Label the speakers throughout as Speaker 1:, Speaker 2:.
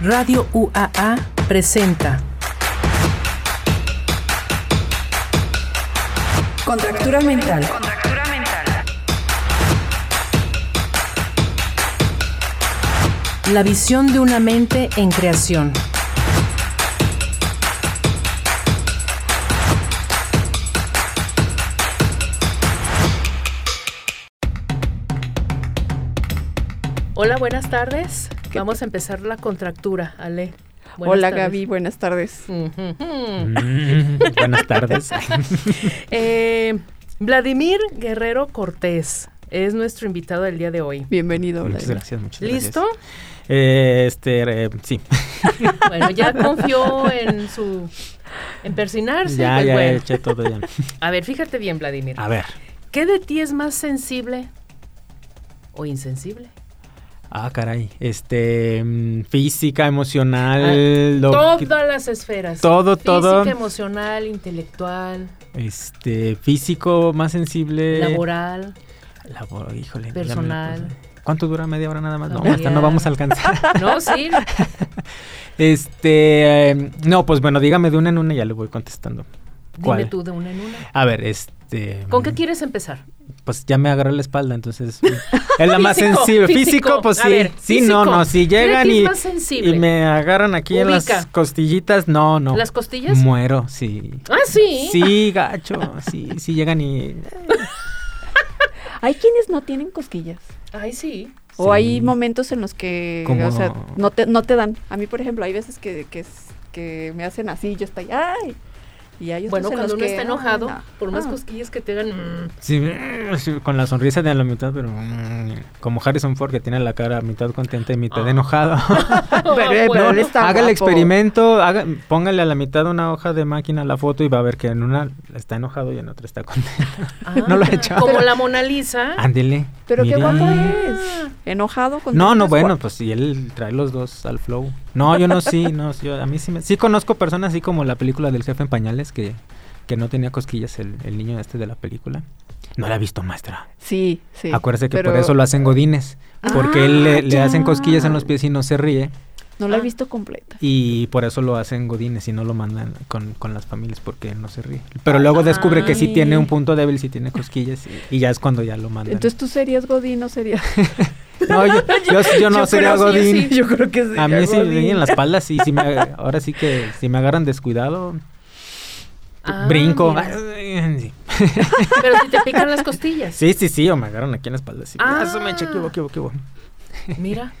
Speaker 1: Radio UAA presenta Contractura Mental.
Speaker 2: Contractura mental.
Speaker 1: La visión de una mente en creación. Hola, buenas tardes.
Speaker 3: ¿Qué
Speaker 1: Vamos a empezar la contractura, Ale. Buenas
Speaker 3: Hola
Speaker 1: tardes.
Speaker 3: Gaby, buenas tardes.
Speaker 1: Ujujú.
Speaker 4: Mm, Buenas tardes.
Speaker 1: Eh, Vladimir Guerrero Cortés es nuestro invitado del día de hoy.
Speaker 3: Bienvenido.
Speaker 4: muchas
Speaker 3: Vladimir.
Speaker 4: gracias, muchas gracias.
Speaker 1: ¿Listo?
Speaker 4: Eh, este, eh, sí.
Speaker 1: Bueno, ya confió en su en persinarse.
Speaker 4: ya,
Speaker 1: pues
Speaker 4: ya
Speaker 1: bueno.
Speaker 4: eché todo ya. Ah.
Speaker 1: A ver, fíjate bien, Vladimir.
Speaker 4: A ver.
Speaker 1: ¿Qué de ti es más sensible o insensible?
Speaker 4: Ah, caray. Este, mm, física, emocional, lo que-
Speaker 1: Todas las esferas.
Speaker 4: todo,
Speaker 1: Ah, Física,
Speaker 4: todo.
Speaker 1: emocional, intelectual,
Speaker 4: Este, físico, más sensible.
Speaker 1: laboral.
Speaker 4: Labor- híjole. ya me la
Speaker 1: Personal.
Speaker 4: puse. ¿Cuánto dura media hora nada más? No,
Speaker 1: Media
Speaker 4: hasta no vamos a alcanzar.
Speaker 1: No, sí.
Speaker 4: Este, eh, no, pues bueno, dígame de una en una y ya le voy contestando.
Speaker 1: Dime
Speaker 4: ¿Cuál?
Speaker 1: tú de una en una.
Speaker 4: A ver, este.
Speaker 1: ¿Con qué quieres empezar?
Speaker 4: pues ya me agarró la espalda, entonces es la más
Speaker 1: Físico,
Speaker 4: sensible. Físico,
Speaker 1: físico,
Speaker 4: pues
Speaker 1: a
Speaker 4: sí,
Speaker 1: ver,
Speaker 4: sí,
Speaker 1: físico.
Speaker 4: no, no, si
Speaker 1: ¿Qué de
Speaker 4: llegan
Speaker 1: ti es
Speaker 4: y,
Speaker 1: más sensible?
Speaker 4: y me agarran aquí en las
Speaker 1: Ubica.
Speaker 4: costillitas, no, no.
Speaker 1: ¿Las costillas?
Speaker 4: Muero, sí.
Speaker 1: Ah, sí.
Speaker 4: Sí, gacho, sí, sí llegan y
Speaker 3: Hay quienes no tienen cosquillas.
Speaker 1: Ay, sí.
Speaker 3: O hay
Speaker 4: Sí.
Speaker 3: momentos en los que
Speaker 4: Como-
Speaker 3: o sea, no, te, no te dan. A mí, por ejemplo, hay veces que, que, es- que me hacen así, yo estoy, ¡ay! Y hay otros
Speaker 1: Bueno,
Speaker 3: en
Speaker 1: cuando
Speaker 3: los
Speaker 1: uno
Speaker 3: que,
Speaker 1: está
Speaker 3: "Ay,
Speaker 1: enojado,
Speaker 3: no".
Speaker 1: por unas
Speaker 3: Ah,
Speaker 1: cosquillas que te hagan. mm,
Speaker 4: sí, sí, con la sonrisa de la mitad, pero mm, como Harrison Ford que tiene la cara mitad contenta y mitad
Speaker 1: Ah.
Speaker 4: enojado.
Speaker 3: Ah,
Speaker 1: Pero, eh,
Speaker 4: No,
Speaker 1: pero él
Speaker 3: está
Speaker 4: haga el
Speaker 3: guapo.
Speaker 4: experimento, haga, póngale a la mitad una hoja de máquina a la foto y va a ver que en una está enojado y en otra está contento. no lo he
Speaker 1: ah,
Speaker 4: echado. Ah,
Speaker 1: Como la Mona Lisa.
Speaker 4: Ándele.
Speaker 3: Pero qué
Speaker 4: mire.
Speaker 3: guapo es. Enojado con
Speaker 4: No, no, bueno, pues si él trae los dos al flow. No, yo no sí, no, yo a mí sí me, sí conozco personas así como la película del jefe en pañales que, que no tenía cosquillas el, el niño este de la película. No la ha visto, maestra.
Speaker 3: Sí, sí.
Speaker 4: Acuérdese que por
Speaker 3: pero
Speaker 4: eso lo hacen godines, porque
Speaker 3: Ah,
Speaker 4: él le, le
Speaker 3: ya.
Speaker 4: hacen cosquillas en los pies y no se ríe
Speaker 3: No la he
Speaker 1: Ah.
Speaker 3: visto completa.
Speaker 4: y por eso lo hacen godines y no lo mandan con, con las familias porque él no se ríe. Pero luego descubre que sí
Speaker 3: Ay.
Speaker 4: tiene un punto débil, sí tiene cosquillas y, y ya es cuando ya lo mandan.
Speaker 3: Entonces tú serías Godín o serías.
Speaker 4: no, yo, yo- yo no
Speaker 1: Yo
Speaker 4: sería
Speaker 1: creo, sí,
Speaker 4: godín.
Speaker 1: sí.
Speaker 3: yo creo que
Speaker 4: A mí sí,
Speaker 3: Godín.
Speaker 4: en la espalda sí, sí me, ahora sí que si me agarran descuidado,
Speaker 1: Ah,
Speaker 4: brinco.
Speaker 1: mira. Pero si te pican las costillas.
Speaker 4: Sí, sí, sí, o me agarran aquí en la espalda. Sí.
Speaker 1: Ah.
Speaker 4: Ah, eso me echa, ¿qué hubo, qué hubo, qué hubo?
Speaker 1: Mira.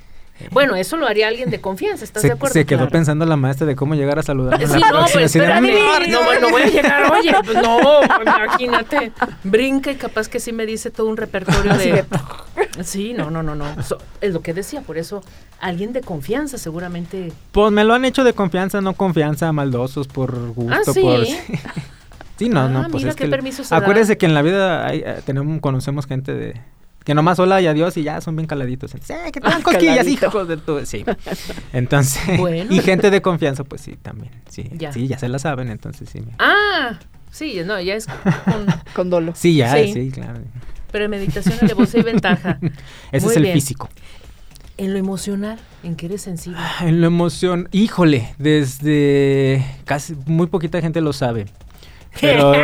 Speaker 1: Bueno, eso lo haría alguien de confianza, ¿estás de
Speaker 4: Se,
Speaker 1: acuerdo?
Speaker 4: se quedó
Speaker 1: Claro.
Speaker 4: pensando la maestra de cómo llegar a saludar.
Speaker 1: Sí, no, pero espérate,
Speaker 3: "Adivina".
Speaker 1: no, no voy a llegar, oye, pues no, imagínate, brinca y capaz que sí me dice todo un repertorio
Speaker 3: Así
Speaker 1: de... Sí, no, no, no, no, so- es lo que decía, por eso alguien de confianza seguramente...
Speaker 4: Pues me lo han hecho de confianza, no confianza, maldosos, por gusto,
Speaker 1: Ah, sí.
Speaker 4: por... Sí, no,
Speaker 1: Ah,
Speaker 4: no, pues
Speaker 1: mira
Speaker 4: es
Speaker 1: qué
Speaker 4: que...
Speaker 1: permiso se da.
Speaker 4: acuérdese que en la vida hay- eh, tenemos, conocemos gente de... Que nomás hola y adiós y ya son bien caladitos. Entonces, "Eh, que te
Speaker 1: Ah,
Speaker 4: dan cosquillas,
Speaker 3: Caladito.
Speaker 4: hijos de tu-". Sí. Entonces,
Speaker 1: Bueno.
Speaker 4: y gente de confianza, pues sí, también. Sí,
Speaker 1: Ya.
Speaker 4: sí, ya se la saben, entonces sí. me-
Speaker 1: Ah, sí, no, ya es con
Speaker 3: Con dolo.
Speaker 4: Sí, ya,
Speaker 1: Sí.
Speaker 4: sí, claro.
Speaker 1: premeditación, alevosía y ventaja.
Speaker 4: Ese
Speaker 1: Muy
Speaker 4: es el
Speaker 1: bien.
Speaker 4: físico. Ah,
Speaker 1: En lo emocional, en que eres sensible.
Speaker 4: En la emoción, híjole, desde casi muy poquita gente lo sabe. Pero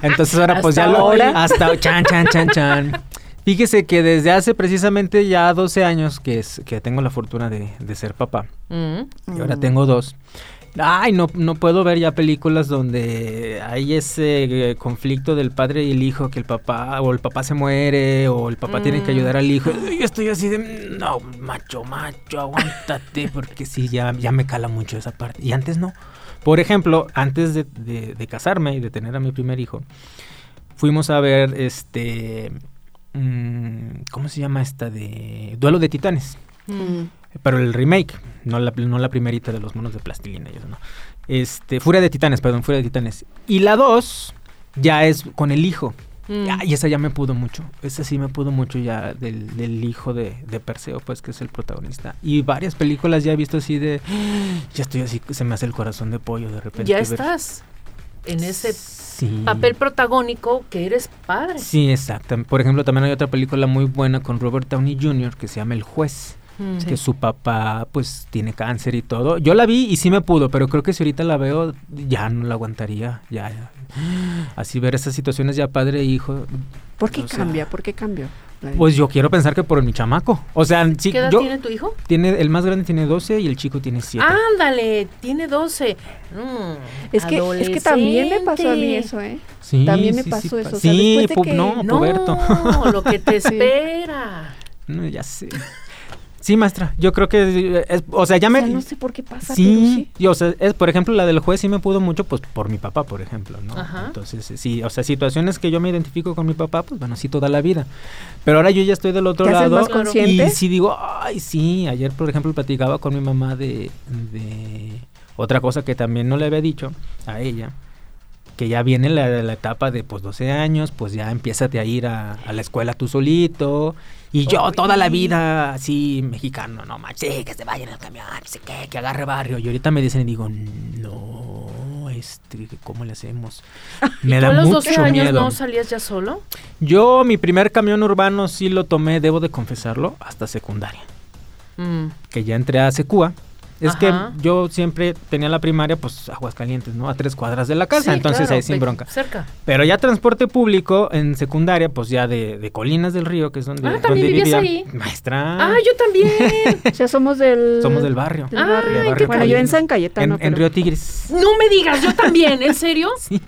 Speaker 4: entonces ahora pues
Speaker 1: Hasta
Speaker 4: ya lo
Speaker 1: ahora.
Speaker 4: hasta chan chan chan chan. Fíjese que desde hace precisamente ya 12 años que es que tengo la fortuna de, de ser papá.
Speaker 1: Mm.
Speaker 4: Y ahora
Speaker 3: Mm.
Speaker 4: tengo dos. Ay, no, no puedo ver ya películas donde hay ese eh, conflicto del padre y el hijo, que el papá, o el papá se muere, o el papá tiene que
Speaker 1: Mm.
Speaker 4: ayudar al hijo. Y Yo estoy así de, "Mm, no, macho, macho, aguántate, porque sí, ya, ya me cala mucho esa parte. Y antes no. Por ejemplo, antes de, de- de casarme y de tener a mi primer hijo, fuimos a ver este, mm, ¿cómo se llama esta? De Duelo de Titanes.
Speaker 3: Mm.
Speaker 4: Pero el remake, no la, no la primerita de los monos de plastilina y eso, no. Este, Furia de Titanes, perdón, Furia de Titanes. Y la 2 ya es con el hijo.
Speaker 1: Mm.
Speaker 4: Ah, y esa ya me pudo mucho. Esa sí me pudo mucho ya del, del hijo de, de Perseo, pues que es el protagonista. Y varias películas ya he visto así de. Ya estoy así, se me hace el corazón de pollo de repente.
Speaker 1: Ya
Speaker 4: ver-
Speaker 1: estás en ese
Speaker 4: Sí.
Speaker 1: papel protagónico que eres padre.
Speaker 4: Sí, exactamente. Por ejemplo, también hay otra película muy buena con Robert Downey Jr. que se llama El Juez.
Speaker 1: Mm.
Speaker 4: que su papá pues tiene cáncer y todo. Yo la vi y sí me pudo, pero creo que si ahorita la veo ya no la aguantaría, ya. ya. Así ver esas situaciones ya padre e hijo,
Speaker 3: ¿Por qué
Speaker 4: O sea,
Speaker 3: cambia? ¿Por qué cambió?
Speaker 4: pues yo quiero pensar que por mi chamaco. O sea, sí,
Speaker 1: ¿Qué edad
Speaker 4: yo
Speaker 1: tiene tu hijo?
Speaker 4: tiene el más grande tiene 12 y el chico tiene 7.
Speaker 3: Ah,
Speaker 1: Ándale, tiene 12. Mm,
Speaker 3: es que es que también me pasó a mí
Speaker 1: adolescente.
Speaker 3: eso, ¿eh?
Speaker 4: Sí,
Speaker 3: también me
Speaker 4: sí,
Speaker 3: pasó
Speaker 4: sí,
Speaker 3: eso,
Speaker 4: pa-
Speaker 3: o sea,
Speaker 4: sí,
Speaker 3: después de
Speaker 4: pub-
Speaker 3: que-
Speaker 4: no,
Speaker 1: No,
Speaker 4: puberto.
Speaker 1: lo que te
Speaker 3: Sí.
Speaker 1: espera.
Speaker 4: No, ya sé. Sí, maestra, yo creo que eh, es- o sea, ya
Speaker 3: O
Speaker 4: me
Speaker 3: sea, no sé por qué pasa, pero
Speaker 4: Sí,
Speaker 3: sí.
Speaker 4: y, o sea, es, por ejemplo, la del juez sí me pudo mucho, pues por mi papá, por ejemplo, ¿no?
Speaker 1: Ajá.
Speaker 4: Entonces, eh, sí, o sea, situaciones que yo me identifico con mi papá, pues bueno, sí toda la vida. Pero ahora yo ya estoy del otro
Speaker 3: ¿Te haces
Speaker 4: lado.
Speaker 3: más
Speaker 1: Claro.
Speaker 3: consciente?
Speaker 4: Y sí digo, ay, sí, ayer, por ejemplo, platicaba con mi mamá de, de otra cosa que también no le había dicho a ella, que ya viene la, la etapa de, pues, 12 años, pues ya empiezas a ir a, a la escuela tú solito, y yo toda la vida así mexicano, no manches, sí, que se vaya en el camión, no sé qué, que agarre barrio, y ahorita me dicen y digo, no, este, ¿cómo le hacemos? Me
Speaker 1: ¿Tú
Speaker 4: da
Speaker 1: a los 12
Speaker 4: mucho
Speaker 1: años
Speaker 4: miedo.
Speaker 1: no salías ya solo?
Speaker 4: Yo mi primer camión urbano sí lo tomé, debo de confesarlo, hasta secundaria,
Speaker 1: Mm,
Speaker 4: que ya entré a Secua. Es
Speaker 1: Ajá.
Speaker 4: que yo siempre tenía la primaria, pues, Aguascalientes, ¿no? A tres cuadras de la casa,
Speaker 1: sí,
Speaker 4: entonces
Speaker 1: claro, pues.
Speaker 4: ahí sin
Speaker 1: pe-
Speaker 4: bronca.
Speaker 1: Cerca.
Speaker 4: Pero ya transporte público en secundaria, pues ya de, de Colinas del Río, que es donde,
Speaker 1: Ah, ¿también
Speaker 4: donde
Speaker 1: vivías
Speaker 4: vivía.
Speaker 1: ahí?
Speaker 4: Maestra,
Speaker 1: Ah, yo también.
Speaker 3: O sea, somos del
Speaker 4: somos del barrio.
Speaker 3: del
Speaker 1: Ay,
Speaker 3: barrio.
Speaker 1: qué
Speaker 4: barrio
Speaker 3: bueno, yo en
Speaker 4: Cayetano.
Speaker 3: San
Speaker 4: En,
Speaker 3: Cayetano,
Speaker 4: en
Speaker 3: pero-
Speaker 4: Río Tigres.
Speaker 1: no me digas, yo también, ¿en serio?
Speaker 4: Sí.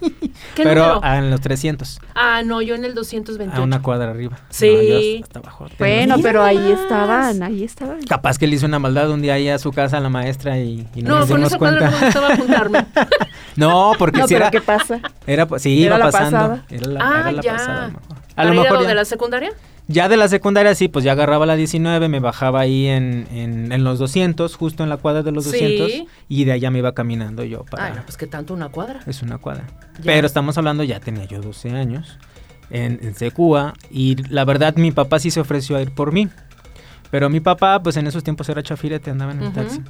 Speaker 1: ¿Qué
Speaker 4: Pero
Speaker 1: número?
Speaker 4: ah, en los 300,
Speaker 1: Ah, no, yo en el
Speaker 4: a
Speaker 1: 228.
Speaker 4: una cuadra arriba. No,
Speaker 1: Sí. pues.
Speaker 4: yo hasta abajo.
Speaker 3: Bueno,
Speaker 1: Mira
Speaker 3: pero ahí
Speaker 1: nomás.
Speaker 3: estaban, ahí estaban.
Speaker 4: Capaz que le hizo una maldad un día ahí a su casa a la maestra y, y no,
Speaker 1: no,
Speaker 4: nos
Speaker 1: con
Speaker 4: dimos
Speaker 1: esa cuadra
Speaker 4: cuenta.
Speaker 1: no me gustaba apuntarme.
Speaker 4: no, porque
Speaker 3: No,
Speaker 4: si
Speaker 3: pero
Speaker 4: era,
Speaker 3: ¿qué pasa?
Speaker 4: era, pues, sí,
Speaker 3: Era
Speaker 4: iba
Speaker 3: la
Speaker 4: pasando.
Speaker 3: pasada.
Speaker 4: Era la,
Speaker 1: Ah,
Speaker 4: era la
Speaker 1: ya.
Speaker 4: pasada. a lo mejor. A
Speaker 1: ¿Para
Speaker 4: lo
Speaker 1: ir
Speaker 4: mejor
Speaker 1: de
Speaker 4: ya,
Speaker 1: la secundaria?
Speaker 4: ya de la secundaria sí, pues ya agarraba la 19, me bajaba ahí en, en, en los 200, justo en la cuadra de los
Speaker 1: Sí.
Speaker 4: 200 y de allá me iba caminando yo para...
Speaker 1: Ah, no, pues que tanto una cuadra.
Speaker 4: Es una cuadra.
Speaker 1: Ya.
Speaker 4: Pero estamos hablando, ya tenía yo 12 años en, en Secua y la verdad mi papá sí se ofreció a ir por mí. Pero mi papá, pues en esos tiempos era chafirete, andaba en el
Speaker 1: Ujú.
Speaker 4: taxi.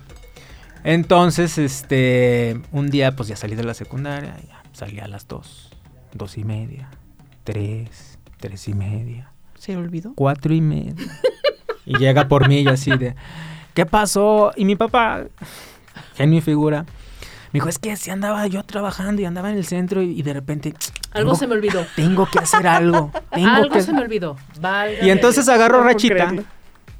Speaker 4: Entonces, este, un día pues ya salí de la secundaria, ya salí a las 2, 2 y media, 3, 3 y media,
Speaker 3: ¿Se olvidó?
Speaker 4: 4 y media. y llega por mí y yo así de, ¿qué pasó? Y mi papá, genio y figura, me dijo, es que si andaba yo trabajando y andaba en el centro y, y de repente...
Speaker 1: Algo
Speaker 4: tengo-
Speaker 1: se me olvidó.
Speaker 4: Tengo que hacer algo. tengo
Speaker 1: Algo
Speaker 4: que-
Speaker 1: se me olvidó. Válgame
Speaker 4: Y entonces agarro
Speaker 3: No puedo
Speaker 4: rachita Eh,
Speaker 3: creerlo.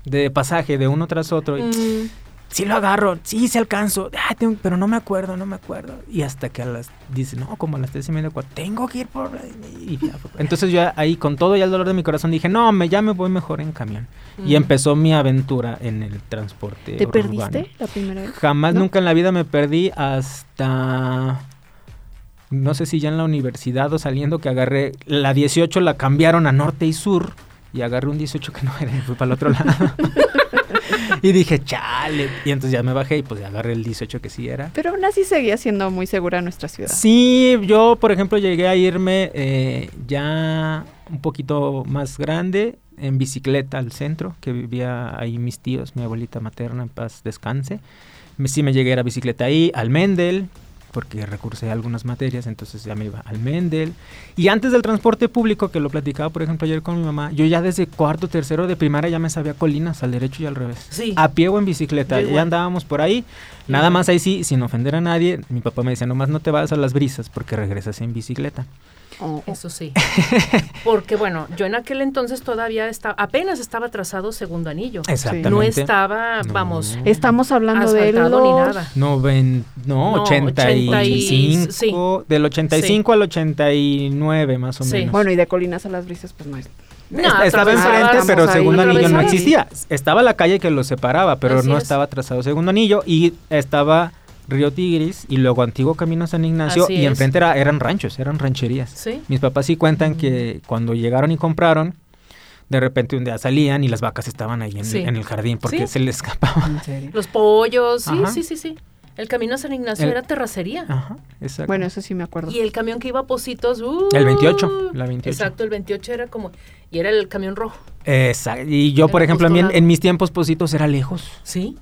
Speaker 4: de pasaje de uno tras otro.
Speaker 1: Dios.
Speaker 4: Y,
Speaker 1: Mm,
Speaker 4: Sí lo agarro, sí, se alcanzo. Ah, tengo- pero no me acuerdo, no me acuerdo. Y hasta que a las... Dice, no, como a las tres y media, cuatro, tengo que ir por... y ya fue. entonces yo ahí con todo ya el dolor de mi corazón dije, no, me, ya me voy mejor en camión. Y
Speaker 1: mm.
Speaker 4: empezó mi aventura en el transporte.
Speaker 3: ¿Te
Speaker 4: urbano.
Speaker 3: perdiste la primera vez?
Speaker 4: Jamás,
Speaker 3: ¿No?
Speaker 4: nunca en la vida me perdí hasta... No sé si ya en la universidad o saliendo que agarré... La 18 la cambiaron a norte y sur y agarré un 18 que no era y fui para el otro lado. y dije, chale. Y entonces ya me bajé y pues ya agarré el 18 que sí era.
Speaker 3: Pero aún así seguía siendo muy segura nuestra ciudad.
Speaker 4: Sí, yo por ejemplo llegué a irme eh, ya un poquito más grande en bicicleta al centro, que vivía ahí mis tíos, mi abuelita materna, en paz descanse. Me- Sí me llegué a ir a bicicleta ahí, al Mendel, porque recursé algunas materias, entonces ya me iba al Mendel. Y antes del transporte público, que lo platicaba por ejemplo ayer con mi mamá, yo ya desde cuarto, tercero de primaria ya me sabía colinas al derecho y al revés.
Speaker 1: Sí.
Speaker 4: A pie o en bicicleta,
Speaker 1: Yo
Speaker 4: ya
Speaker 1: igual.
Speaker 4: andábamos por ahí. Nada
Speaker 1: Igual.
Speaker 4: más ahí sí, sin ofender a nadie, mi papá me decía, nomás no te vas a las brisas porque regresas en bicicleta.
Speaker 3: Oh, oh.
Speaker 1: Eso sí. Porque bueno, yo en aquel entonces todavía estaba, apenas estaba trazado segundo anillo.
Speaker 4: Exactamente.
Speaker 1: No estaba, vamos,
Speaker 4: No.
Speaker 3: Estamos hablando de los...
Speaker 1: asfaltado ni nada.
Speaker 4: Noven- no,
Speaker 1: No,
Speaker 4: 85,
Speaker 1: sí.
Speaker 4: del 85 al 89 más o
Speaker 1: Sí.
Speaker 4: menos.
Speaker 3: Bueno, y de colinas a las brisas, pues no es.
Speaker 1: No,
Speaker 4: Esta- estaba
Speaker 1: atravesábamos
Speaker 4: enfrente, pero
Speaker 3: ahí,
Speaker 4: segundo anillo no
Speaker 1: atravesábamos.
Speaker 4: existía. Estaba la calle que lo separaba, pero
Speaker 1: Así
Speaker 4: no
Speaker 1: es.
Speaker 4: estaba trazado segundo anillo y estaba Río Tigris y luego antiguo Camino San Ignacio
Speaker 1: Así
Speaker 4: y
Speaker 1: es.
Speaker 4: enfrente era, eran ranchos, eran rancherías.
Speaker 1: Sí.
Speaker 4: Mis papás sí cuentan que
Speaker 3: Mm.
Speaker 4: cuando llegaron y compraron, de repente un día salían y las vacas estaban ahí en,
Speaker 1: Sí.
Speaker 4: en el jardín
Speaker 1: Sí.
Speaker 4: porque se les escapaba.
Speaker 3: En serio.
Speaker 1: Los pollos, sí,
Speaker 4: Ajá.
Speaker 1: sí, sí, sí. El camino a San Ignacio
Speaker 4: El- Ah,
Speaker 1: era terracería.
Speaker 4: Ajá, exacto.
Speaker 3: Bueno, eso sí me acuerdo.
Speaker 1: Y el camión que iba a Positos, ¡uh!
Speaker 4: El 28, la 28.
Speaker 1: Exacto, el 28 era como, y era el camión rojo.
Speaker 4: Esa- Y yo, por
Speaker 1: Era
Speaker 4: ejemplo, a
Speaker 1: justo
Speaker 4: mí en,
Speaker 1: al lado.
Speaker 4: en mis tiempos Positos era lejos.
Speaker 1: Sí.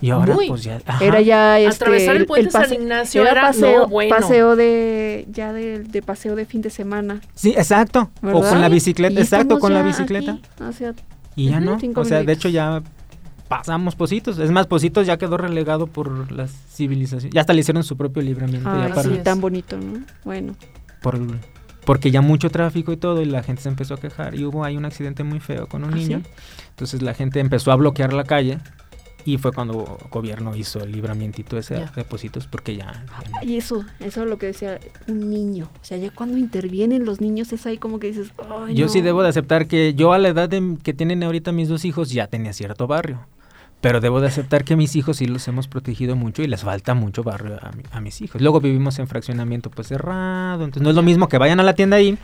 Speaker 4: Y ahora,
Speaker 1: Muy.
Speaker 4: pues ya. ajá.
Speaker 3: Era ya este,
Speaker 1: Atravesar el puente San
Speaker 3: pase-
Speaker 1: Ignacio era,
Speaker 3: paseo,
Speaker 1: no, bueno.
Speaker 3: paseo de ya de, de paseo de fin de semana.
Speaker 4: Sí, exacto. O
Speaker 3: ¿verdad?
Speaker 4: con la
Speaker 3: Y
Speaker 4: bicicleta. Exacto,
Speaker 3: estamos
Speaker 4: con la
Speaker 3: ya
Speaker 4: bicicleta.
Speaker 3: aquí, o sea,
Speaker 4: Y ya
Speaker 3: Ujú,
Speaker 4: no.
Speaker 3: cinco
Speaker 4: O sea, de
Speaker 3: minutos.
Speaker 4: hecho ya pasamos Positos. Es más, Positos ya quedó relegado por las civilizaciones. Ya hasta le hicieron su propio libramiento.
Speaker 3: Ay,
Speaker 4: ya
Speaker 1: para-
Speaker 3: ah, sí, tan bonito, ¿no? Bueno.
Speaker 4: por el- porque ya mucho tráfico y todo, y la gente se empezó a quejar. Y hubo ahí un accidente muy feo con un
Speaker 3: ¿Ah,
Speaker 4: niño. Entonces la gente empezó a bloquear la calle. Y fue cuando gobierno hizo el libramiento ese
Speaker 1: Ya.
Speaker 4: de Positos, porque ya. ya no.
Speaker 3: Y eso, eso es lo que decía un niño. O sea, ya cuando intervienen los niños es ahí como que dices, ay,
Speaker 4: Yo
Speaker 3: no.
Speaker 4: sí debo de aceptar que yo a la edad de- que tienen ahorita mis dos hijos ya tenía cierto barrio. Pero debo de aceptar que mis hijos sí los hemos protegido mucho y les falta mucho barrio a, mi- a mis hijos. Luego vivimos en fraccionamiento pues cerrado, entonces no es lo mismo que vayan a la tienda ahí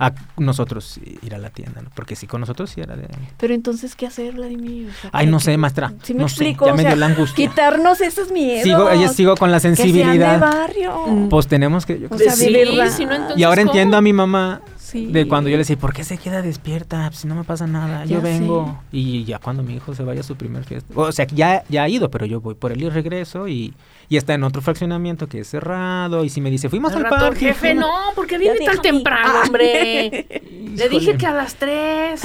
Speaker 4: a nosotros ir a la tienda, ¿no? porque sí con nosotros sí era de...
Speaker 3: Pero entonces, ¿qué hacer, Vladimir? O sea,
Speaker 4: Ay, no
Speaker 3: ¿qué-
Speaker 4: sé, maestra.
Speaker 3: Sí me
Speaker 4: no
Speaker 3: explico,
Speaker 4: sé, ya
Speaker 3: o
Speaker 4: me dio
Speaker 3: sea,
Speaker 4: la angustia.
Speaker 3: Quitarnos esos miedos.
Speaker 4: Sigo, ella- sigo con la
Speaker 3: Que sean de
Speaker 4: sensibilidad.
Speaker 3: barrio.
Speaker 1: Mm.
Speaker 4: Pues tenemos que... yo
Speaker 3: O sea,
Speaker 4: creo-
Speaker 1: sí,
Speaker 3: de verdad.
Speaker 1: si no, entonces,
Speaker 4: y ahora
Speaker 1: ¿cómo?
Speaker 4: entiendo a mi mamá
Speaker 3: Sí.
Speaker 4: De cuando yo le decía, ¿por qué se queda despierta? Pues, Si no me pasa nada, yo
Speaker 3: Ya
Speaker 4: vengo. Y ya cuando mi hijo se vaya a su primer fiesta. O sea, que ya, ya ha ido, pero yo voy por él y regreso y, y está en otro fraccionamiento que es cerrado. Y si me dice, fuimos
Speaker 1: Al
Speaker 4: al,
Speaker 1: rato,
Speaker 4: parque.
Speaker 1: jefe,
Speaker 4: fuimos-".
Speaker 1: no, porque viene tan
Speaker 3: déjame.
Speaker 1: temprano,
Speaker 3: Ah.
Speaker 1: hombre. Le
Speaker 4: Híjole,
Speaker 1: dije que a las tres.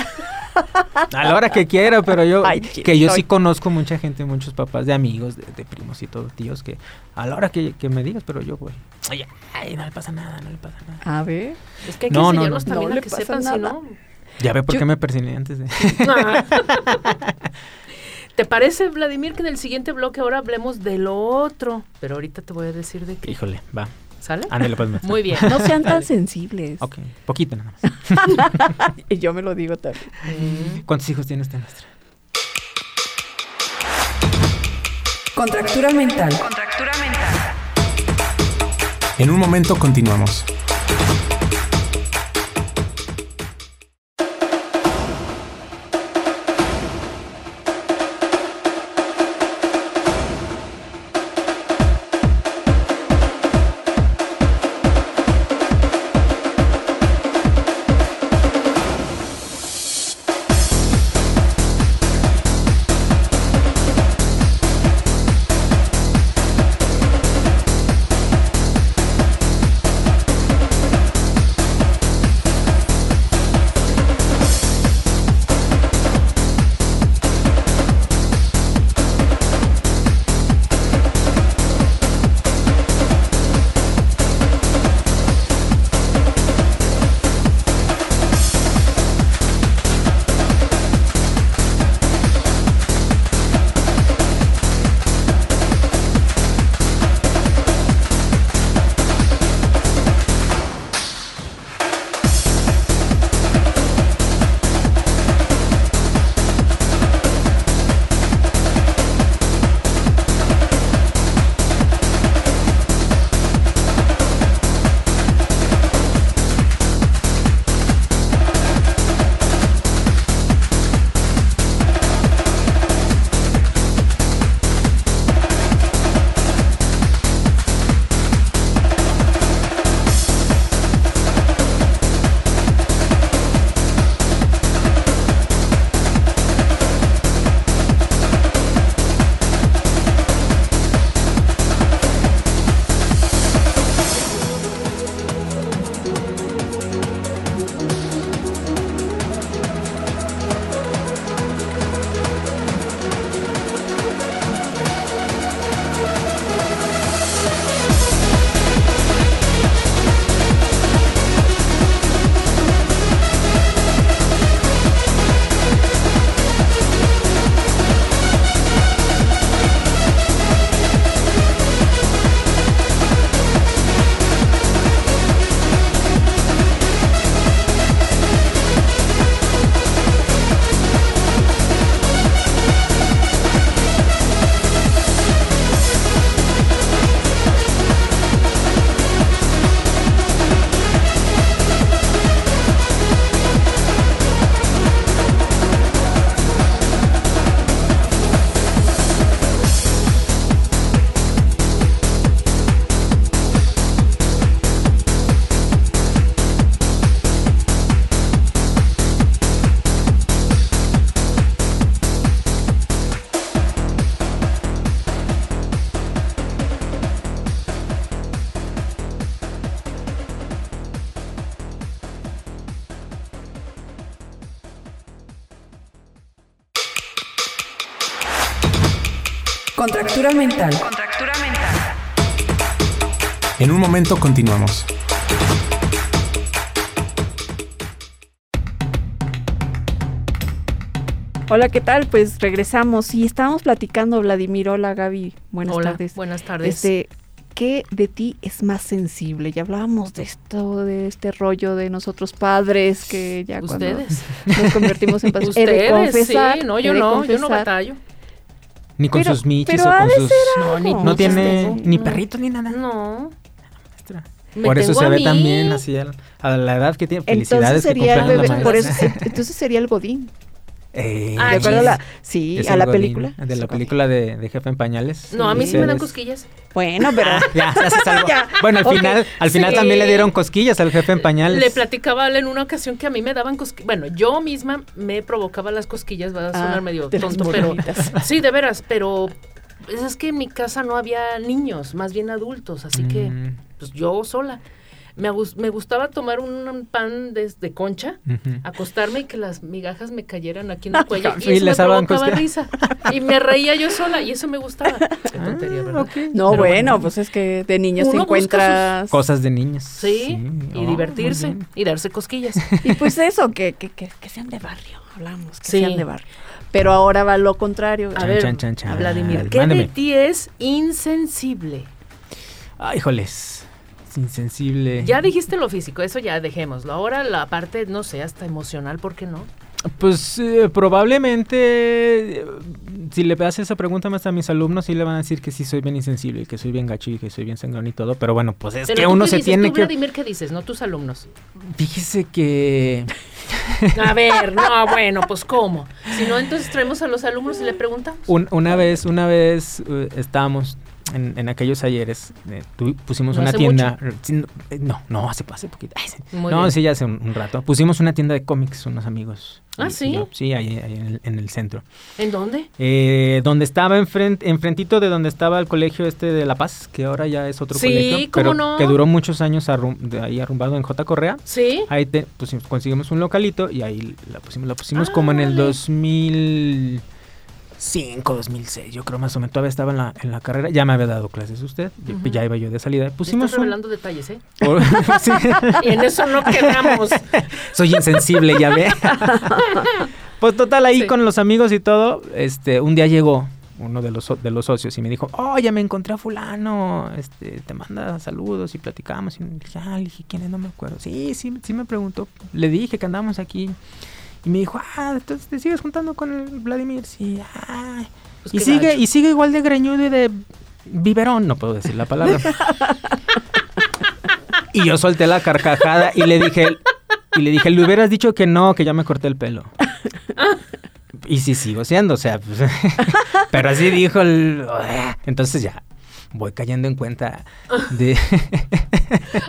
Speaker 4: A la hora que quiera, pero yo.
Speaker 3: Ay,
Speaker 4: que yo sí
Speaker 3: estoy.
Speaker 4: conozco mucha gente, muchos papás de amigos, de, de primos y todo, tíos, que a la hora que, que me digas, pero yo voy. Ay, ay, no le pasa nada, no le pasa nada.
Speaker 3: A ver.
Speaker 1: Es que hay que
Speaker 4: No, no,
Speaker 1: enseñarlos
Speaker 4: no.
Speaker 1: también
Speaker 3: No
Speaker 1: a
Speaker 3: le
Speaker 1: que
Speaker 3: pasa
Speaker 1: sepan, si
Speaker 3: nada.
Speaker 1: no.
Speaker 4: Ya ve por
Speaker 3: Yo-
Speaker 4: qué me persiné antes de.
Speaker 1: ¿Te parece, Vladimir, que en el siguiente bloque ahora hablemos del otro? Pero ahorita te voy a decir de qué.
Speaker 4: Híjole, va.
Speaker 1: ¿Sale?
Speaker 4: Ándale, pues. maestra.
Speaker 1: Muy bien.
Speaker 3: No sean tan sensibles.
Speaker 4: Ok, poquito nada más.
Speaker 3: Y yo me lo digo también.
Speaker 1: Eh,
Speaker 4: ¿Cuántos hijos tiene usted, maestra?
Speaker 2: Contractura mental.
Speaker 5: En un momento continuamos.
Speaker 2: Contractura mental. Contractura mental.
Speaker 5: En un momento continuamos.
Speaker 3: Hola, ¿qué tal? Pues regresamos y estábamos platicando, Vladimir. Hola, Gaby. Buenas
Speaker 1: Hola,
Speaker 3: tardes.
Speaker 1: buenas tardes.
Speaker 3: Este, ¿Qué de ti es más sensible? Ya hablábamos de esto, de este rollo de nosotros padres que ya cuando
Speaker 1: Ustedes.
Speaker 3: nos convertimos en padres. He de
Speaker 1: Ustedes,
Speaker 3: confesar,
Speaker 1: sí. No,
Speaker 3: he
Speaker 1: yo
Speaker 3: de
Speaker 1: no, yo no
Speaker 3: confesar.
Speaker 1: batallo.
Speaker 4: Ni con
Speaker 3: Pero-
Speaker 4: sus michis
Speaker 3: pero
Speaker 4: o
Speaker 3: ha
Speaker 4: con
Speaker 3: de
Speaker 4: sus.
Speaker 3: ser
Speaker 4: No, ni,
Speaker 3: algo.
Speaker 4: no tiene
Speaker 1: Ustedes,
Speaker 4: ni
Speaker 1: no.
Speaker 4: perrito ni nada.
Speaker 1: este, No. Me
Speaker 4: Por eso
Speaker 1: tengo
Speaker 4: se
Speaker 1: a
Speaker 4: ve
Speaker 1: mí.
Speaker 4: también así al- a la edad que tiene.
Speaker 3: Entonces
Speaker 4: Felicidades que
Speaker 3: sería el
Speaker 4: cumplieron
Speaker 3: bebé,
Speaker 4: la
Speaker 3: por
Speaker 4: madurez.
Speaker 3: eso, entonces sería el godín.
Speaker 4: Eh,
Speaker 1: Ah,
Speaker 3: ¿De acuerdo a la,
Speaker 1: chis.
Speaker 3: sí,
Speaker 4: es
Speaker 3: a
Speaker 4: el
Speaker 3: la
Speaker 4: Godín,
Speaker 3: película?
Speaker 4: De la
Speaker 3: Ok.
Speaker 4: película de, de Jefe en Pañales.
Speaker 1: No, a mí sí me dan
Speaker 4: Ustedes- Ah,
Speaker 1: cosquillas.
Speaker 3: Bueno, pero
Speaker 4: Ya, ya se salvó. Bueno, al
Speaker 3: Ok,
Speaker 4: final, al final
Speaker 1: sí.
Speaker 4: también le dieron cosquillas al jefe en pañales.
Speaker 1: Le platicaba a Ale en una ocasión que a mí me daban cosquillas. Bueno, yo misma me provocaba las cosquillas, va a sonar
Speaker 3: Ah,
Speaker 1: medio
Speaker 3: de las
Speaker 1: tonto, pero.
Speaker 3: morritas.
Speaker 1: Sí, de veras, pero. pues, Es que en mi casa no había niños, más bien adultos, así que
Speaker 4: Mm,
Speaker 1: pues yo sola. Me, agus- me gustaba tomar un pan de, de concha,
Speaker 4: ujú.
Speaker 1: acostarme y que las migajas me cayeran aquí en el cuello.
Speaker 4: Y
Speaker 1: Y eso
Speaker 4: Ah, les
Speaker 1: me
Speaker 4: daban
Speaker 1: provocaba
Speaker 4: cosquillas.
Speaker 1: risa. Y me reía yo sola y eso me gustaba. Qué
Speaker 4: Ah,
Speaker 1: tontería, ¿verdad?
Speaker 4: ok.
Speaker 3: No,
Speaker 1: Pero
Speaker 3: bueno, pues es que de niños te
Speaker 1: Uno busca sus
Speaker 3: encuentras
Speaker 4: Cosas de niños.
Speaker 1: Sí,
Speaker 4: oh,
Speaker 1: y
Speaker 4: muy
Speaker 1: divertirse
Speaker 4: bien.
Speaker 1: y darse cosquillas.
Speaker 3: Y pues eso, que, que, que, que sean de barrio, hablamos, que
Speaker 1: Sí.
Speaker 3: sean de barrio. Pero ahora va lo contrario.
Speaker 1: A
Speaker 4: Chan,
Speaker 1: ver,
Speaker 4: chan, chan, chan.
Speaker 1: Vladimir, ¿qué
Speaker 4: Mándame.
Speaker 1: de ti es insensible?
Speaker 4: Ah, híjoles. Es insensible.
Speaker 1: Ya dijiste lo físico, eso ya dejémoslo. Ahora la parte, no sé, hasta emocional, ¿por qué no?
Speaker 4: Pues eh, probablemente, eh, si le haces esa pregunta más a mis alumnos, sí le van a decir que sí soy bien insensible, y que soy bien gacho y que soy bien sangrón y todo. Pero bueno, pues es
Speaker 1: Pero
Speaker 4: que
Speaker 1: tú
Speaker 4: uno
Speaker 1: qué
Speaker 4: se
Speaker 1: dices,
Speaker 4: tiene
Speaker 1: tú,
Speaker 4: que...
Speaker 1: Vladimir, ¿qué dices? No tus alumnos.
Speaker 4: Fíjese que...
Speaker 1: A ver, no, bueno, pues ¿cómo? Si no, entonces traemos a los alumnos y le preguntamos.
Speaker 4: Un- una vez, una vez eh, estábamos en, en aquellos ayeres, eh, tu- pusimos
Speaker 1: ¿No
Speaker 4: una
Speaker 1: hace
Speaker 4: tienda. sí, no, eh, No, no, hace, hace poquito. ay, sí.
Speaker 1: Muy
Speaker 4: no,
Speaker 1: bien.
Speaker 4: sí, ya hace un, un rato. Pusimos una tienda de cómics, unos amigos.
Speaker 1: Ah,
Speaker 4: y- y
Speaker 1: ¿sí?
Speaker 4: yo, sí, ahí, ahí en, el, en el centro.
Speaker 1: ¿En dónde?
Speaker 4: Eh, donde estaba enfrente, enfrentito de donde estaba el colegio este de La Paz, que ahora ya es otro
Speaker 1: Sí,
Speaker 4: colegio.
Speaker 1: ¿cómo
Speaker 4: pero
Speaker 1: no?
Speaker 4: Que duró muchos años arrum- de ahí arrumbado en J. Correa.
Speaker 1: Sí.
Speaker 4: Ahí te- pusim- conseguimos un localito y ahí la pusimos, la pusimos como en el
Speaker 1: Ándale.
Speaker 4: 2005, 2006, yo creo más o menos. Todavía estaba en la, en la carrera, ya me había dado clases usted, yo-
Speaker 1: Ujú.
Speaker 4: ya iba yo de salida.
Speaker 1: Estás
Speaker 4: Pusimos un...
Speaker 1: revelando detalles, ¿eh?
Speaker 4: Sí.
Speaker 1: Y en eso no quedamos. Pues,
Speaker 4: Soy insensible, ya ve. pues total, ahí
Speaker 1: Sí.
Speaker 4: con los amigos y todo, este, un día llegó uno de los, so- de los socios y me dijo, oh, ya me encontré a fulano, este, te manda saludos y platicamos. Y le dije, ah, le dije, ¿quién es? No me acuerdo. Sí, sí, sí me preguntó. Le dije que andábamos aquí. Y me dijo, ah, entonces te sigues juntando con el Vladimir. Sí, ah.
Speaker 1: Pues
Speaker 4: y,
Speaker 1: qué
Speaker 4: sigue,
Speaker 1: gacho.
Speaker 4: y sigue igual de greñudo y de biberón, no puedo decir la palabra. y yo solté la carcajada y le dije, y le dije, le hubieras dicho que no, que ya me corté el pelo. y sí sigo siendo, o sea, pues, pero así dijo el... Entonces ya, voy cayendo en cuenta de...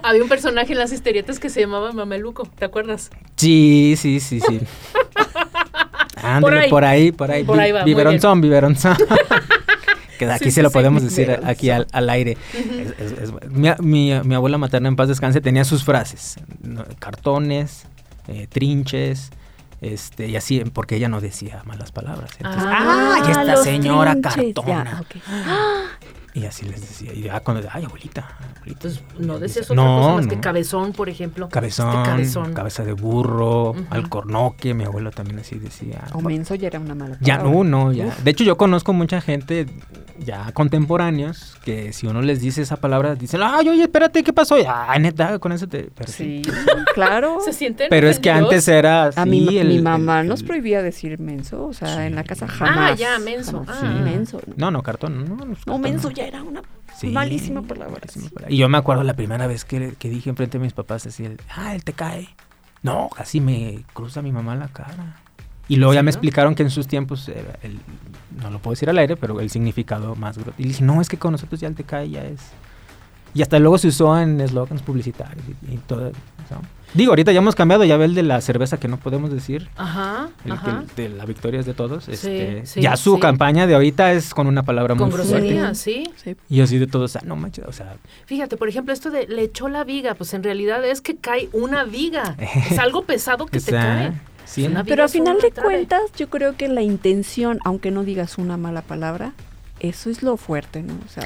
Speaker 1: Había un personaje en las historietas que se llamaba Mameluco, ¿te acuerdas?
Speaker 4: sí, sí, sí, sí. Ándale,
Speaker 1: ahí.
Speaker 4: por ahí, por ahí.
Speaker 1: Por ahí va, muy bien.
Speaker 4: Biberonzón, biberonzón. Que
Speaker 1: Sí,
Speaker 4: aquí sí,
Speaker 1: sí,
Speaker 4: lo
Speaker 1: sí,
Speaker 4: podemos decir a- aquí al,
Speaker 3: biberonzón.
Speaker 4: al aire. Es- es- es- mi, mi- mi abuela materna en paz descanse tenía sus frases, ¿no? cartones, eh, trinches, este y así, porque ella no decía malas palabras. Entonces,
Speaker 1: Ah,
Speaker 4: ah, y esta
Speaker 3: los
Speaker 4: señora
Speaker 3: trinches,
Speaker 4: cartona.
Speaker 3: ya, ok.
Speaker 4: Y así les decía. Y ya cuando, ay, abuelita, abuelita.
Speaker 1: Pues
Speaker 4: abuelita".
Speaker 1: no decías otra cosa más que cabezón, por ejemplo.
Speaker 4: Cabezón,
Speaker 1: Este cabezón.
Speaker 4: cabeza de burro,
Speaker 1: Ujú.
Speaker 4: alcornoque, mi abuelo también así decía.
Speaker 3: O menso ya era una mala
Speaker 4: Ya
Speaker 3: palabra.
Speaker 4: no, no, ya.
Speaker 3: Uf.
Speaker 4: De hecho, yo conozco mucha gente ya contemporáneos que si uno les dice esa palabra, dicen, ay, oye, espérate, ¿qué pasó? Y, Ah, neta, con eso te... Pero, sí.
Speaker 3: Sí, pues claro.
Speaker 1: Se sienten
Speaker 4: Pero es que antes
Speaker 1: ofendidos.
Speaker 4: era
Speaker 3: A mi,
Speaker 4: así,
Speaker 3: ma-
Speaker 4: el-
Speaker 3: mi
Speaker 4: el-
Speaker 3: mamá nos
Speaker 4: el-
Speaker 3: prohibía decir menso, o sea,
Speaker 4: Sí.
Speaker 3: en la casa jamás.
Speaker 1: Ah, ya, menso,
Speaker 3: jamás.
Speaker 1: ah.
Speaker 3: Sí, menso.
Speaker 4: No, no, cartón, no. No, cartón,
Speaker 3: No, menso
Speaker 4: no.
Speaker 3: ya era una
Speaker 4: Sí,
Speaker 3: malísima palabra.
Speaker 4: malísima
Speaker 3: sí.
Speaker 4: palabra. Y yo me acuerdo la primera vez que, que dije enfrente de mis papás, así, el, ah, él te cae. No, casi me cruza mi mamá la cara. Y luego
Speaker 1: Sí,
Speaker 4: ya me
Speaker 1: ¿no?
Speaker 4: explicaron que en sus tiempos, era el- no lo puedo decir al aire, pero el significado más grosso. Y dije, no, es que con nosotros ya el te cae ya es. Y hasta luego se usó en eslogans publicitarios y, y todo. ¿no? Digo, ahorita ya hemos cambiado, ya ve el de la cerveza que no podemos decir.
Speaker 1: Ajá,
Speaker 4: El que-
Speaker 1: ajá.
Speaker 4: de la victoria es de todos. este,
Speaker 1: sí,
Speaker 4: ya su
Speaker 1: sí.
Speaker 4: campaña de ahorita es con una palabra
Speaker 1: Con
Speaker 4: muy fuerte.
Speaker 1: grosería, sí.
Speaker 3: Sí.
Speaker 4: Y así de todos, ah, no manches, o sea,
Speaker 1: Fíjate, por ejemplo, esto de le echó la viga, pues en realidad es que cae una viga. Es algo pesado que te
Speaker 4: esa-
Speaker 1: cae.
Speaker 4: sí,
Speaker 1: Una
Speaker 4: ¿no?
Speaker 1: vi-
Speaker 3: Pero a
Speaker 1: Digas una
Speaker 3: final de
Speaker 1: otra vez.
Speaker 3: cuentas, yo creo que la intención, aunque no digas una mala palabra, eso es lo fuerte, ¿no? O sea,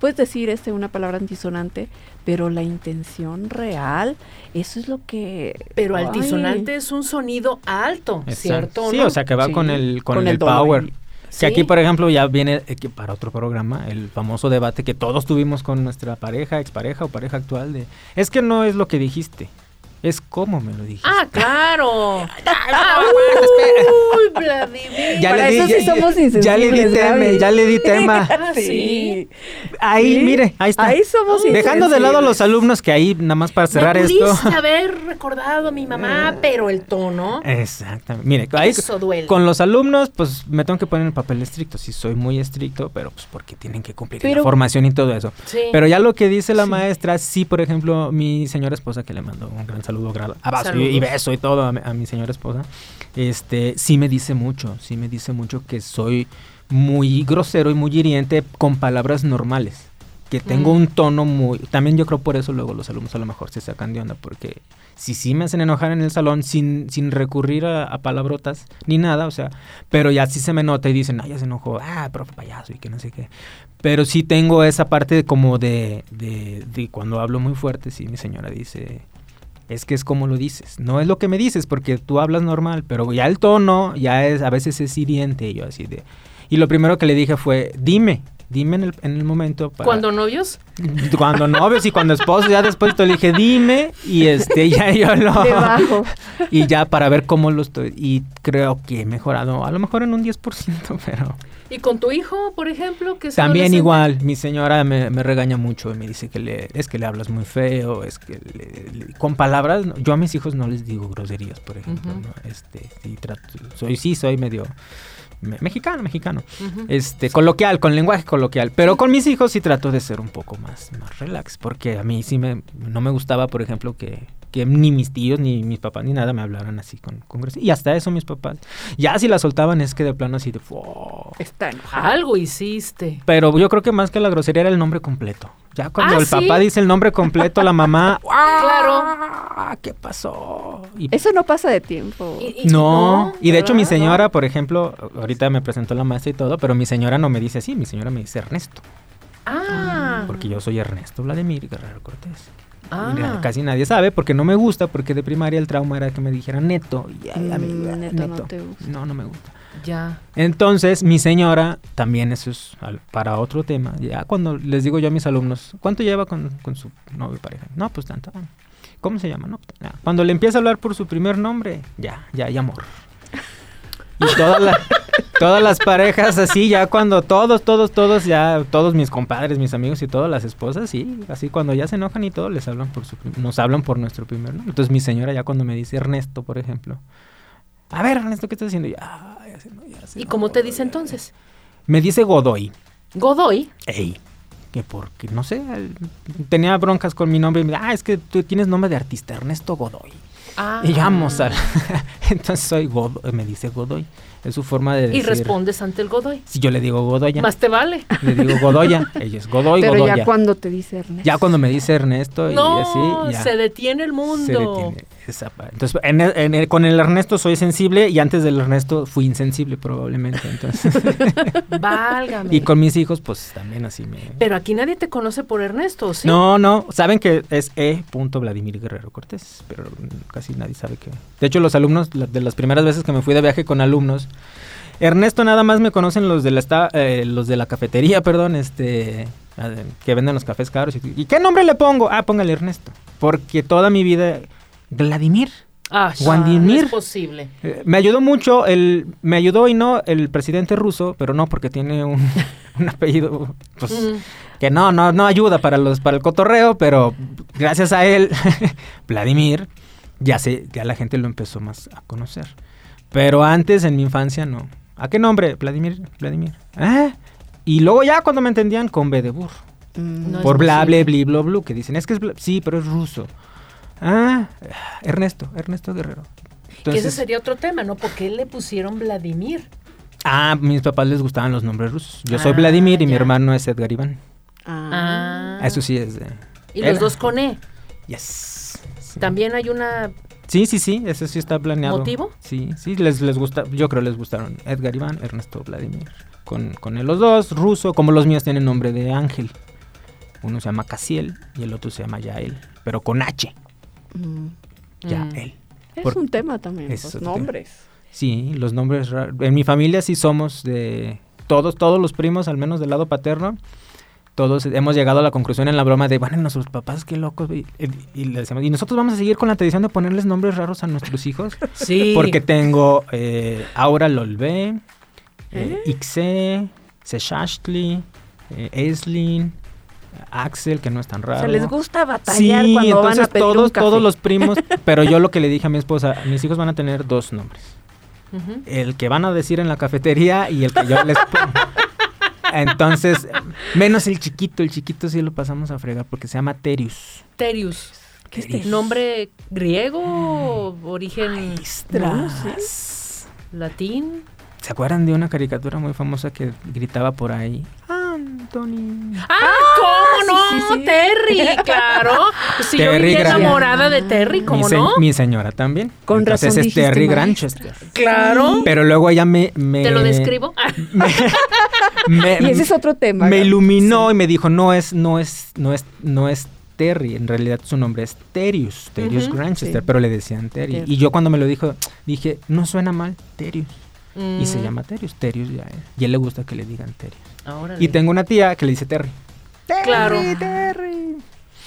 Speaker 3: puedes decir este una palabra antisonante, pero la intención real, eso es lo que
Speaker 1: Pero
Speaker 3: ay,
Speaker 1: altisonante es un sonido alto,
Speaker 4: Exacto.
Speaker 1: ¿cierto?
Speaker 4: Sí,
Speaker 1: no?
Speaker 4: o sea que va
Speaker 3: Sí,
Speaker 4: con el, con
Speaker 3: con
Speaker 4: el,
Speaker 3: el tono
Speaker 4: power.
Speaker 3: y-
Speaker 4: Que aquí,
Speaker 1: Sí.
Speaker 4: por ejemplo, ya viene eh, que para otro programa el famoso debate que todos tuvimos con nuestra pareja, expareja o pareja actual de, es que no es lo que dijiste, es cómo me lo dijiste.
Speaker 1: Ah, claro. Ah, Uy, Vladimir.
Speaker 4: Ya
Speaker 3: Para
Speaker 4: le
Speaker 3: eso
Speaker 4: di-
Speaker 3: sí somos
Speaker 4: ya le di
Speaker 3: insensibles,
Speaker 4: tema,
Speaker 3: Gaby.
Speaker 4: ya le di tema.
Speaker 1: Ah, sí.
Speaker 4: Ahí,
Speaker 3: Sí.
Speaker 4: mire, ahí está.
Speaker 3: Ahí somos
Speaker 4: Dejando de lado a los
Speaker 3: insensibles.
Speaker 4: alumnos que ahí, nada más para cerrar
Speaker 1: Me
Speaker 4: esto.
Speaker 1: pudiste haber recordado a mi mamá, pero el tono.
Speaker 4: Exactamente. Mire, Eh, ahí
Speaker 1: Eso duele.
Speaker 4: con los alumnos, pues me tengo que poner en papel estricto. Sí, soy muy estricto, pero pues porque tienen que cumplir la
Speaker 3: Pero-
Speaker 4: formación y todo eso.
Speaker 1: Sí.
Speaker 4: Pero ya lo que dice la maestra, sí, por ejemplo, mi señora esposa, que le mando un gran saludo, gra- abrazo y, y
Speaker 1: Saludos.
Speaker 4: beso y todo a mi, a mi señora esposa, este, sí me dice mucho, sí me dice mucho que soy muy grosero y muy hiriente con palabras normales. Que tengo
Speaker 1: Mm.
Speaker 4: un tono muy... También yo creo por eso luego los alumnos a lo mejor se sacan de onda, porque si sí me hacen enojar en el salón sin, sin recurrir a, a palabrotas ni nada, o sea, pero ya sí se me nota y dicen, ah, ya se enojó, ah, profe payaso y que no sé qué. Pero sí tengo esa parte de como de, de, de cuando hablo muy fuerte, sí, mi señora dice, es que es como lo dices, no es lo que me dices, porque tú hablas normal, pero ya el tono ya es, a veces es hiriente, y yo así de... Y lo primero que le dije fue, dime, dime en el, en el momento para...
Speaker 1: Cuando novios,
Speaker 4: Cuando novios y cuando esposos, ya después te le dije, dime, y este, ya yo lo...
Speaker 3: Debajo.
Speaker 4: Y ya para ver cómo lo estoy, y creo que he mejorado, a lo mejor en un 10%, pero...
Speaker 1: y con tu hijo, por ejemplo, que es
Speaker 4: También
Speaker 1: adolescente?
Speaker 4: igual, mi señora me, me regaña mucho y me dice que le, es que le hablas muy feo, es que le- le- con palabras, no- yo a mis hijos no les digo groserías, por ejemplo,
Speaker 1: Ujú.
Speaker 4: ¿no? Este, sí trato- soy, sí, soy medio me- mexicano, mexicano,
Speaker 1: Ujú.
Speaker 4: este, coloquial, con lenguaje coloquial, pero con mis hijos sí trato de ser un poco más, más relax, porque a mí sí me, no me gustaba, por ejemplo, que, que ni mis tíos, ni mis papás, ni nada me hablaran así con, con groserías, y hasta eso mis papás, ya si la soltaban es que de plano así de, "Fua".
Speaker 3: Está enojado.
Speaker 1: Algo hiciste.
Speaker 4: Pero yo creo que más que la grosería era el nombre completo. Ya cuando
Speaker 1: Ah,
Speaker 4: el
Speaker 1: ¿sí?
Speaker 4: papá dice el nombre completo, la mamá.
Speaker 1: Claro.
Speaker 4: ¡Ah! ¿Qué pasó? Y-
Speaker 3: Eso no pasa de tiempo.
Speaker 1: Y- y-
Speaker 4: no. Y de hecho, mi
Speaker 1: ¿verdad?
Speaker 4: señora, por ejemplo, ahorita me presentó la maestra y todo, pero mi señora no me dice así, mi señora me dice Ernesto.
Speaker 1: Ah.
Speaker 4: Porque yo soy Ernesto Vladimir Guerrero Cortés.
Speaker 1: ah.
Speaker 4: Y na- casi nadie sabe porque no me gusta, porque de primaria el trauma era que me dijeran neto. Y, ay, a mí,
Speaker 3: Mm, neto no te gusta.
Speaker 4: No, no me gusta.
Speaker 1: Ya.
Speaker 4: Entonces, mi señora, también eso es al- para otro tema. Ya cuando les digo yo a mis alumnos, ¿cuánto lleva con, con su novio y pareja? No, pues tanto. Ah, ¿Cómo se llama? No, pues, nada. Cuando le empieza a hablar por su primer nombre, ya, ya hay amor. Y toda la- todas las parejas así, ya cuando todos, todos, todos, ya todos mis compadres, mis amigos y todas las esposas, sí, así cuando ya se enojan y todo, les hablan por su, prim- nos hablan por nuestro primer nombre. Entonces mi señora ya cuando me dice Ernesto, por ejemplo, a ver Ernesto, ¿qué estás haciendo? Y, "Ah, ya se no- ya se
Speaker 1: ¿Y
Speaker 4: enojó,
Speaker 1: cómo te dice
Speaker 4: ya".
Speaker 1: entonces?
Speaker 4: Me dice Godoy.
Speaker 1: Godoy.
Speaker 4: Ey. Que porque, no sé, al- tenía broncas con mi nombre. Y me, ah, es que tú tienes nombre de artista, Ernesto Godoy.
Speaker 1: Ah.
Speaker 4: Y vamos al... Entonces soy Godoy, me dice Godoy. Es su forma de decir...
Speaker 1: Y respondes ante el Godoy.
Speaker 4: Si yo le digo Godoya,
Speaker 1: Más te vale.
Speaker 4: le digo Godoya, ella es Godoy,
Speaker 3: Pero
Speaker 4: Godoya.
Speaker 3: ya cuando te dice Ernesto.
Speaker 4: Ya cuando me dice Ernesto y
Speaker 1: No,
Speaker 4: así, ya
Speaker 1: se detiene el mundo.
Speaker 4: se detiene esa pa- Entonces, en el- en el- con el Ernesto soy sensible y antes del Ernesto fui insensible probablemente. Entonces,
Speaker 1: Válgame.
Speaker 4: y con mis hijos, pues también así me...
Speaker 1: Pero aquí nadie te conoce por Ernesto, ¿sí?
Speaker 4: No, no, saben que es E. Vladimir Guerrero Cortés, pero mm, casi nadie sabe que. De hecho, los alumnos, la- de las primeras veces que me fui de viaje con alumnos, Ernesto nada más me conocen los de la esta- eh, los de la cafetería, perdón, este a- de- que venden los cafés caros. Y, ¿y qué nombre le pongo? Ah, póngale Ernesto, porque toda mi vida Vladimir.
Speaker 1: Ah,
Speaker 4: Wandimir.
Speaker 1: No es posible.
Speaker 4: Eh, me ayudó mucho el me ayudó y no el presidente ruso, pero no porque tiene un, un apellido pues
Speaker 1: Mm.
Speaker 4: que no, no, no ayuda para los, para el cotorreo, pero gracias a él, Vladimir, ya sé, ya la gente lo empezó más a conocer. Pero antes, en mi infancia, no. ¿A qué nombre? Vladimir, Vladimir. ¿Ah? Y luego ya cuando me entendían, con B de burro.
Speaker 3: Mm,
Speaker 1: No es
Speaker 4: por bla, bla,
Speaker 1: posible.
Speaker 4: bli, blo, blu, que dicen, es que es bla- sí, pero es ruso. Ah, Ernesto, Ernesto Guerrero.
Speaker 1: Que ese
Speaker 4: Entonces,
Speaker 1: sería otro tema, ¿no? ¿Por qué le pusieron Vladimir?
Speaker 4: ah, mis papás les gustaban los nombres rusos. Yo soy
Speaker 1: Ah,
Speaker 4: Vladimir y mi
Speaker 1: ya. Ah.
Speaker 4: hermano es Edgar Iván.
Speaker 3: ah.
Speaker 4: Eso sí es de...
Speaker 1: Y los
Speaker 4: era.
Speaker 1: dos con E.
Speaker 4: Yes. Sí.
Speaker 1: También hay una
Speaker 4: Sí, sí, sí, eso sí está planeado.
Speaker 1: ¿Motivo?
Speaker 4: Sí, sí, les, les gusta, yo creo les gustaron Edgar Iván, Ernesto Vladimir, con, con él los dos, ruso, como los míos tienen nombre de ángel. Uno se llama Casiel y el otro se llama Yael, pero con H,
Speaker 3: Mm.
Speaker 4: Yael.
Speaker 3: Es
Speaker 4: Por-
Speaker 3: un tema también,
Speaker 4: es
Speaker 3: los
Speaker 4: otro tema.
Speaker 3: nombres.
Speaker 4: Sí, los nombres, ra- en mi familia sí somos de todos, todos los primos, al menos del lado paterno, todos hemos llegado a la conclusión en la broma de, bueno, nuestros papás, qué locos, güey", y, y le decíamos, "Y nosotros vamos a seguir con la tradición de ponerles nombres raros a nuestros hijos.
Speaker 1: Sí.
Speaker 4: Porque tengo eh, Aura Lolbe,
Speaker 3: Ah.
Speaker 4: eh, Ixe, Seshashtli, eh, Aislinn, Axel, que no es tan
Speaker 3: O
Speaker 4: raro.
Speaker 3: sea, les gusta
Speaker 4: Sí,
Speaker 3: batallar cuando van a
Speaker 4: entonces
Speaker 3: pedir un
Speaker 4: todos,
Speaker 3: café.
Speaker 4: todos los primos, pero yo lo que le dije a mi esposa, mis hijos van a tener dos nombres.
Speaker 1: Ujú.
Speaker 4: El que van a decir en la cafetería y el que yo les pongo. Entonces, menos el chiquito, el chiquito sí lo pasamos a fregar porque se llama Terius.
Speaker 1: Terius.
Speaker 3: ¿Qué es Ah, eso?
Speaker 1: ¿Nombre griego o origen
Speaker 4: Maestras.
Speaker 1: latín?
Speaker 4: ¿Se acuerdan de una caricatura muy famosa que gritaba por ahí? Anthony.
Speaker 1: ¡Ah, cómo no!
Speaker 3: sí, sí, sí.
Speaker 1: Terry, claro. Pues Si yo
Speaker 4: Terry
Speaker 1: vivía
Speaker 4: Gran-
Speaker 1: enamorada de Terry,
Speaker 4: mi,
Speaker 1: ¿cómo
Speaker 4: se-
Speaker 1: no?
Speaker 4: mi señora también.
Speaker 3: Con
Speaker 4: Entonces
Speaker 3: razón
Speaker 4: es Terry
Speaker 3: dijiste
Speaker 4: Granchester.
Speaker 1: Claro.
Speaker 4: Pero luego ella me... me-
Speaker 1: Te lo describo.
Speaker 4: Me, me-
Speaker 3: Y ese es otro tema.
Speaker 4: me
Speaker 3: Gaby.
Speaker 4: iluminó y me dijo, no es, no es, no es, no es Terry. En realidad su nombre es Terius, Terius
Speaker 1: Ujú,
Speaker 4: Granchester,
Speaker 3: sí.
Speaker 4: pero le decían Terry.
Speaker 3: Terry.
Speaker 4: Y yo cuando me lo dijo, dije, no suena mal, Terius. Y se
Speaker 1: Mm,
Speaker 4: llama Terius, Terius ya. eh. Y a él le gusta que le digan Terius.
Speaker 1: órale.
Speaker 4: Y tengo una tía que le dice Terry. Terry,
Speaker 1: Claro.
Speaker 4: Terry.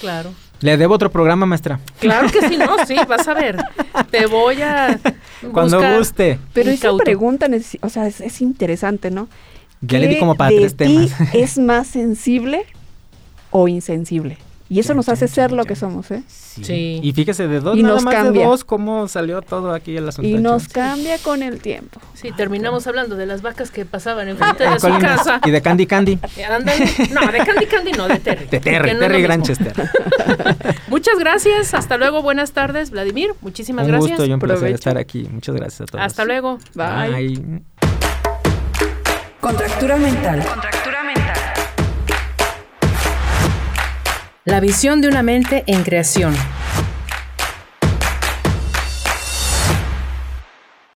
Speaker 1: Claro.
Speaker 4: Le debo otro programa, maestra.
Speaker 1: Claro que sí, no, sí, vas a ver. Te voy a.
Speaker 4: Cuando
Speaker 1: buscar.
Speaker 4: guste.
Speaker 3: Pero esa
Speaker 1: Incauto.
Speaker 3: pregunta, neces- o sea, es, es interesante, ¿no?
Speaker 4: Ya le di
Speaker 3: ¿Qué
Speaker 4: como para
Speaker 3: de ti
Speaker 4: tres temas.
Speaker 3: ¿Es más sensible o insensible? Y eso
Speaker 4: Chan,
Speaker 3: nos hace
Speaker 4: chan,
Speaker 3: ser
Speaker 4: chan,
Speaker 3: lo que
Speaker 4: chan.
Speaker 3: somos, ¿eh?
Speaker 1: Sí.
Speaker 4: Y fíjese, de dos,
Speaker 3: Y
Speaker 4: nada
Speaker 3: nos
Speaker 4: más de
Speaker 3: cambia.
Speaker 4: dos, cómo salió todo aquí el asunto.
Speaker 3: Y nos
Speaker 4: cambia
Speaker 3: cambia con el tiempo.
Speaker 1: Sí, terminamos hablando de las vacas que pasaban enfrente de su casa.
Speaker 4: Ah, Y de Candy Candy.
Speaker 1: Ándale. No, de Candy Candy no, de Terry.
Speaker 4: De Terry,
Speaker 1: Porque no es
Speaker 4: Terry
Speaker 1: lo mismo.
Speaker 4: Granchester.
Speaker 1: Muchas gracias. Hasta luego. Buenas tardes, Vladimir. Muchísimas
Speaker 4: un
Speaker 1: gracias.
Speaker 4: gusto y un placer
Speaker 3: Provecho.
Speaker 4: estar aquí. Muchas gracias a todos.
Speaker 1: Hasta luego.
Speaker 3: Bye.
Speaker 4: Bye.
Speaker 2: Contractura mental. Contractura mental.
Speaker 1: La visión de una mente en creación.